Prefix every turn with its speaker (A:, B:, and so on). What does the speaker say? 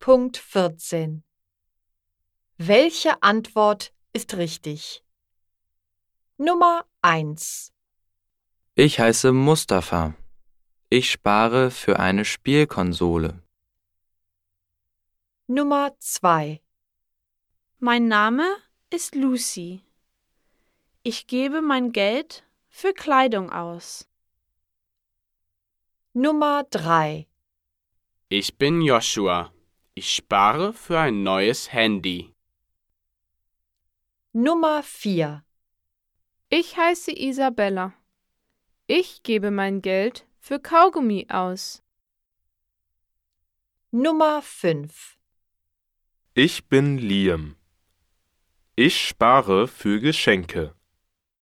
A: 1.14 Welche Antwort ist richtig? Nummer 1,
B: Ich heiße Mustafa. Ich spare für eine Spielkonsole.
A: Nummer 2,
C: Mein Name ist Lucy. Ich gebe mein Geld für Kleidung aus.
A: Nummer 3,
D: Ich bin Joshua. Ich spare für ein neues Handy.
A: Nummer 4,
C: Ich heiße Isabella. Ich gebe mein Geld für Kaugummi aus.
A: Nummer 5,
E: Ich bin Liam. Ich spare für Geschenke.